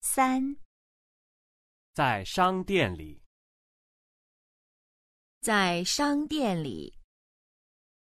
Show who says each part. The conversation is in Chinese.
Speaker 1: 三，
Speaker 2: 在商店里。
Speaker 1: 在商店里。